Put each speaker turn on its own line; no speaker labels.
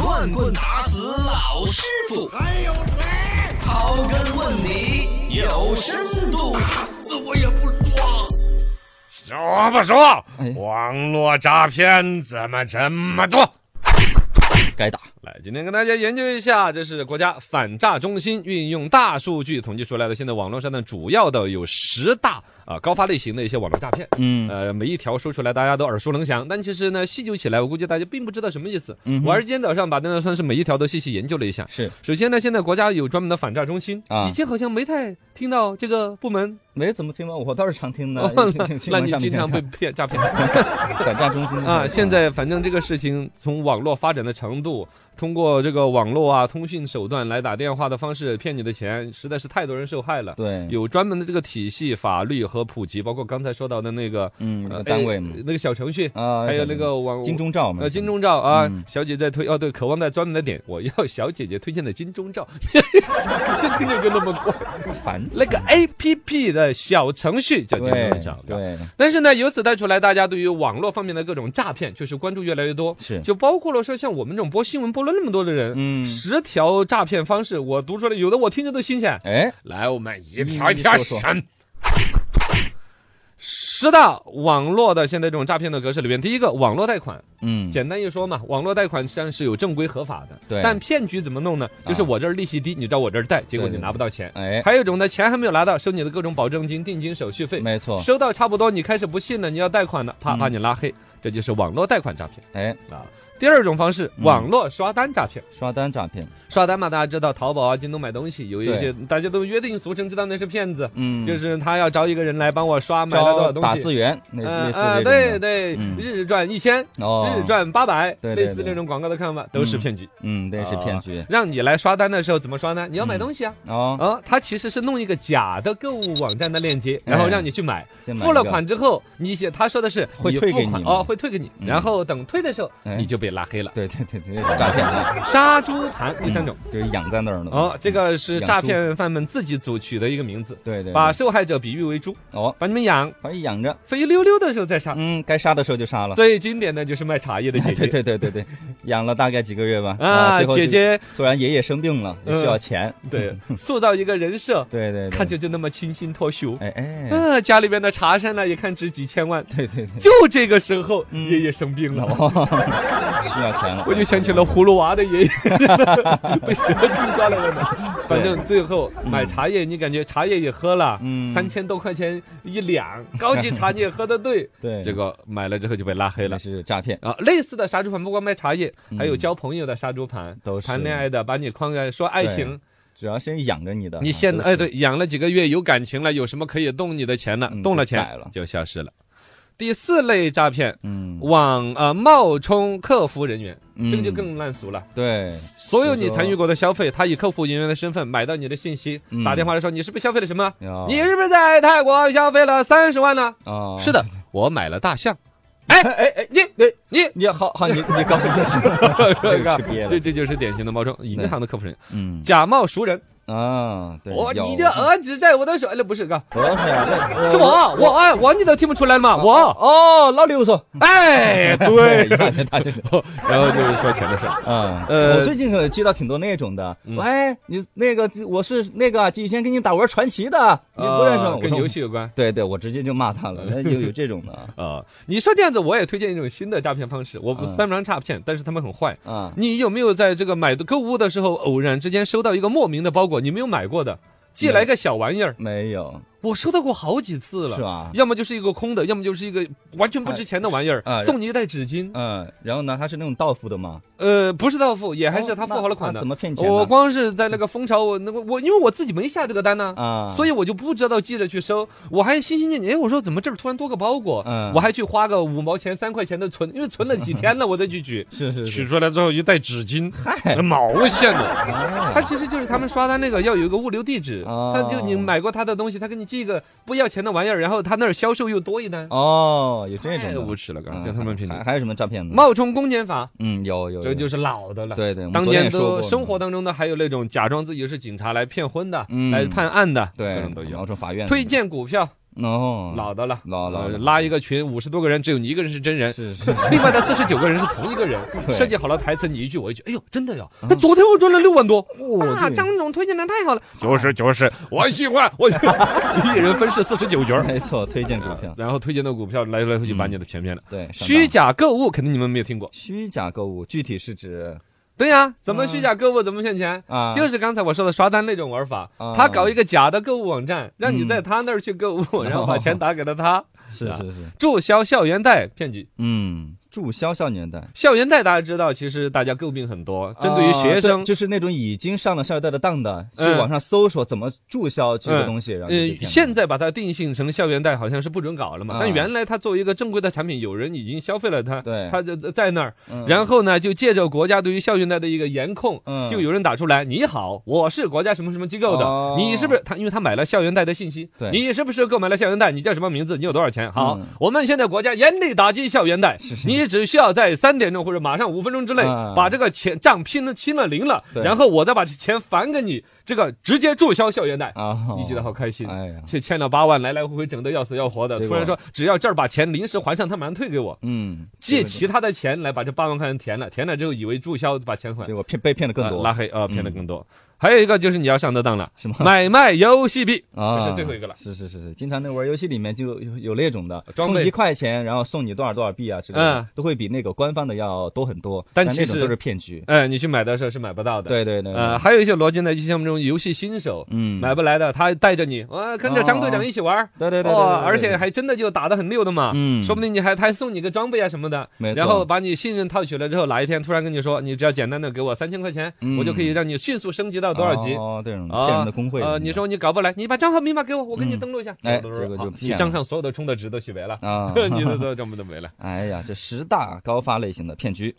乱棍打死老师傅，还有谁？刨根问底有深度。
说不说，
哎
网络诈骗怎么这么多？
该打。
来，今天跟大家研究一下，这是国家反诈中心运用大数据统计出来的。现在网络上的主要的有十大啊、高发类型的一些网络诈骗。
嗯
呃，每一条说出来大家都耳熟能详，但其实呢，细究起来，我估计大家并不知道什么意思。
嗯哼
我还是今天早上把那算是每一条都细细研究了一下。
是
首先呢，现在国家有专门的反诈中心，
啊
以前好像没太听到这个部门，，
没怎么听吗？我倒是常听的
忘了
新
哦那
闻上
你
面
经常被
看
骗诈骗。
反诈中心
啊，现在反正这个事情从网络发展的程度，通过这个网络啊、通讯手段来打电话的方式骗你的钱，实在是太多人受害了。
对
有专门的这个体系、法律和普及，包括刚才说到的那个
嗯
呃
那个单位
哎
嘛
那个小程序，
啊，
还有那个网
金钟罩嘛，
呃金钟罩啊，
嗯
小姐在推哦对，渴望在专门的点，我要小姐姐推荐的金钟 罩，听着就那么怪。
烦死
那个 A P P 的小程序叫金
对
钟罩，
对，
但是呢，由此带出来，大家对于网络方面的各种诈骗，确实关注越来越多。
是
就包括了说像我们这种播新闻播了那么多的人，
嗯
十条诈骗方式，我读出来，有的我听着都新鲜。
哎，
来，我们一
条一条你说说
审。十大网络的现在这种诈骗的格式里边，第一个网络贷款，
嗯，
简单一说嘛，网络贷款实际上是有正规合法的。
对啊
但骗局怎么弄呢？就是我这儿利息低，你到我这儿贷，结果
对
你
对
拿不到钱。
哎，
还有一种呢，钱还没有拿到，收你的各种保证金、定金、手续费。
没错，
收到差不多，你开始不信了，你要贷款了，啪
嗯
把你拉黑，这就是网络贷款诈骗
哎，
啊。第二种方式，
嗯
网络刷单诈骗。
刷单诈骗，
刷单嘛，大家知道，淘宝啊、京东买东西，有一
对
些大家都约定俗成，知道那是骗子，
嗯，
就是他要找一个人来帮我刷，买了多
招
少东
打
西。
字员，那
呃
类似
呃，
这种
对
的，
对
嗯，
日赚一千，
哦
日，赚八百，
对对
类似
对
那种广告的看法都是骗局。
嗯，那是
啊
骗局，
让你来刷单的时候怎么刷呢？你要买
嗯
东西啊，
哦，
啊，他其实是弄一个假的购物网站的链接，然后
哎
让你去买，
先买
付了
一个，
款之后，你写他说的是
会退给
付款
你吗
哦，会退给你，
嗯
然后等退的时候
哎
你就被拉黑了。
对对对对，那是诈骗 啊，
杀猪盘第三种
就是养在那儿了，
哦，这个
嗯
是
养
诈
猪
骗犯们自己组取的一个名字，
对对，
把
对
受害者比喻为猪，
哦，
把你们养
可以养着，
肥溜溜的时候再杀。
嗯，该杀的时候就杀了。
最经典的就是卖茶叶的姐
对
姐
对对对对，养了大概几个月吧。
啊
最，后就
姐姐
突然爷爷生病了，
嗯
需要钱。
对塑造一个人设，
对对对，
他就就那么清新脱俗。
哎哎，
嗯，家里边的茶山呢，也看值几千万。
对对对，
就这个时候，
嗯
爷爷生病了。
哦，需要钱了。
我就想起了葫芦娃的爷爷 被蛇精抓来了呢。反正最后买茶叶，你感觉茶叶也喝了，
嗯，
三千多块钱一两，高级茶你也喝得对
对
结果买了之后就被拉黑了
那。是诈骗，
啊，类似的杀猪盘不光卖茶叶，还有
嗯
交朋友的杀猪盘，
都是
谈恋爱的，把你框在说爱情，
只要先养着你的，
你现
啊
哎对，养了几个月有感情了，有什么可以动你的钱了，
嗯
动了
就宰
钱
了
就消失了。第四类诈骗，
嗯，
网呃冒充客服人员，这个就
嗯
更烂俗了。
对，
所有
比
你
如说
参与过的消费，他以客服人员的身份买到你的信息，
嗯
打电话来说你是不是消费了什么？
哦
你是不是在泰国消费了三十万呢？
啊，
是，的，我买了大象。 哎哎哎，你你你，
你好好你你告诉这 是 这个吃瘪
这
了，
这就是典型的冒充银行的客服人，
嗯
假冒熟人。
啊，对，
我
有
你的儿子在我的手，哎，那不是哥，
不是那呃
是我我哎我你都听不出来了吗？ 我
哦，老六说，
哎
一
对，
下就打就
然后就是说钱的事儿。
嗯，
呃
我最近可接到挺多那种的，
嗯
喂，你那个我是那个以前给你打过传奇的，你不认识
呃
我
跟
说
游戏有关。
对对，我直接就骂 他了，那有有这种的
呃，你说这样子，我也推荐一种新的诈骗方式。我不
嗯
三不诈骗，但是他们很坏。
啊，
你有没有在这个买的购物的时候，偶然之间收到一个莫名的包裹，你没有买过的，寄来个小玩意儿？
没有
我收到过好几次了，
嗯是？吧？
要么就是一个空的，要么就是一个完全不值钱的玩意儿，
啊
送你一袋纸巾，
嗯，然后呢，他是那种到付的吗？
呃，不是到付，也还是他
哦那
付好了款
那
的
怎。么骗钱呢？
我光是在那个蜂巢，我那个我因为我自己没下这个单呢、
啊，
所
以
以我就不知道记着去收，我还心心念念，哎，我说怎么这儿突然多个包裹？
嗯
我还去花个五毛钱、三块钱的存，因为存了几 天了，我再去取。
是是是，
出来之后一袋纸巾，
嗨，
毛线 的。它
哎
其实就是他们刷单那个要有一个物流地址，
哦
他就你买过他的东西，他给你寄一个不要钱的玩意儿，然后他那儿销售又多一单，
哦，有这
太
种
哎无
的，
耻了，刚
嗯
啊跟他们拼
还还有什么诈骗的？
冒充公检法，
嗯，有有，
这就是是老的了。
对对，我们
当
昨天
年
也说
都
过
生
嘛
活当中的还有那种假装自己是警察来骗婚的，
嗯
来判案的，
对
各种都有。
冒充法院
推荐股票，
哦，
老的了，
老老
呃
老
拉一个群，五十多个人，只有你一个人是真人，
是是
另外的四十九个人是同一个人，
对嗯
设计好了台词，你一句我一句，哎呦，真的呀！那昨天我赚了六万多，哇！
对
啊张总推荐的太好了，就是就是，我喜欢，我一人分饰四十九角 儿，
没错，推荐股票，
然后推荐的股票来来回去把你的全骗了。
对，嗯上
虚
当
假购物肯定你们没有听过，
虚假购物具体是指
对呀、怎么虚假购物怎么骗钱？
啊，
就是刚才我说的刷单那种玩法
啊，
他搞一个假的购物网站，让你
嗯
在他那儿去购物，然后把钱打给了他，
是是是，
注销校园贷骗局。
嗯，注销校年代。
校园贷大家知道，其实大家诟病很多，针对于学
啊对
生，
就是那种已经上了校园贷的当的，去
嗯
网上搜索怎么注销这个
嗯
东西，然后就被
呃，
骗了
现在把它定性成校园贷，好像是不准搞了嘛。
啊
但原来它作为一个正规的产品，有人已经消费了它，
对
它就在那儿。
嗯
然后呢，就借着国家对于校园贷的一个严控，
嗯
就有人打出来：“你好，我是国家什么什么机构的，
哦
你是不是他？因为他买了校园贷的信息，
对
你是不是购买了校园贷？你叫什么名字？你有多少钱？好，
嗯
我们现在国家严厉打击校园贷，
是是
你只需要在三点钟或者马上五分钟之内
啊
把这个钱账拼了清了零了，
对
然后我再把这钱返给你，这个直接注销校园贷。
啊，
你觉得好开心？
哎呀，
这欠了八万，来来回回整的要死要活的
结，
突
果
然说只要这儿把钱临时还上，他马上退给我，
嗯，
借其他的钱来把这八万块钱填了，填了之后以为注销把钱还
结，果骗被骗的更
呃
多，嗯
拉黑啊，骗的更多。还有一个就是你要上得当了，
是吗？
买卖游戏币，
啊，
这是最后一个了啊
是是是是，经常那玩游戏里面就有有那种的，
装备
充一块钱，然后送你多少多少币啊之类的，
嗯
都会比那个官方的要多很多。
但
但
其
那种
实
都是骗局。
哎，你去买的时候是买不到的。
对对对，
呃，还有一些逻辑呢，就像我们这种游戏新手，
嗯，哦
买不来的，他带着你，啊，跟着张队长一起玩儿，
对对对对对对
哇，
对
哦而且还真的就打得很溜的嘛，
嗯
说不定你还他还送你个装备啊什么的
没，错
然后把你信任套取了之后，哪一天突然跟你说，你只要简单的给我三千块钱，
嗯
我就可以让你迅速升级到多少级。
哦，这种
啊
骗人的工会
呃，
什么的
你说你搞不来，你把账号密码给我，我给你
嗯
登录一下。
哎
好
结果就
你
骗了
账上所有 的充的值都洗没了，
啊，
你的所有账目都没了。
哎呀，这十大高发类型的骗局。